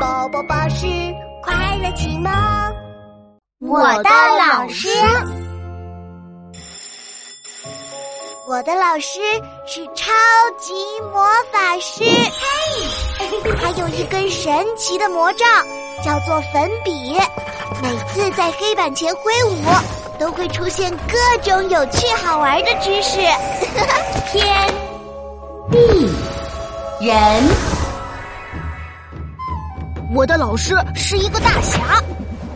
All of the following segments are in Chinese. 宝宝巴士快乐启蒙，我的老师，我的老师是超级魔法师，他有一根神奇的魔杖，叫做粉笔，每次在黑板前挥舞，都会出现各种有趣好玩的知 识。天地人。我的老师是一个大侠，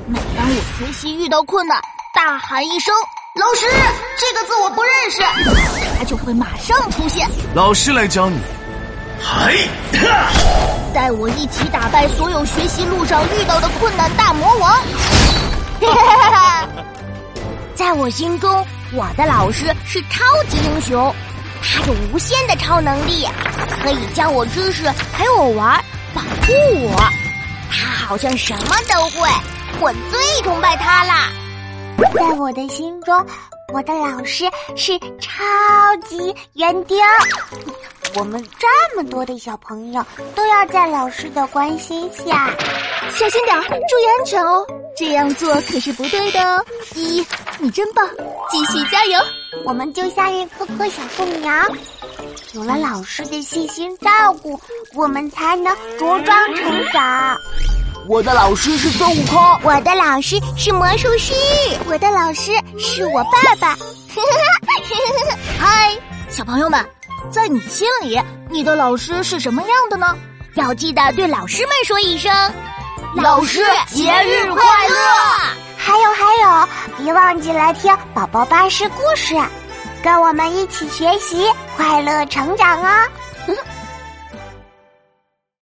每当我学习遇到困难，大喊一声“老师”这个字我不认识，他就会马上出现，老师来教你。嗨，带我一起打败所有学习路上遇到的困难大魔王。 在我心中，我的老师是超级英雄，他有无限的超能力，啊可以教我知识，陪我玩儿，保护我。他好像什么都会，我最崇拜他啦。在我的心中，我的老师是超级园丁。我们这么多的小朋友都要在老师的关心下，小心点儿，注意安全哦！这样做可是不对的哦。一，你真棒，继续加油！我们就像一颗颗小树苗。有了老师的细心照顾，我们才能茁壮成长。我的老师是孙悟空，我的老师是魔术师，我的老师是我爸爸。 嗨，小朋友们，在你心里，你的老师是什么样的呢？要记得对老师们说一声：“老师节日快乐！”还有还有，别忘记来听宝宝巴啊士故事，跟我们一起学习，快乐成长哦。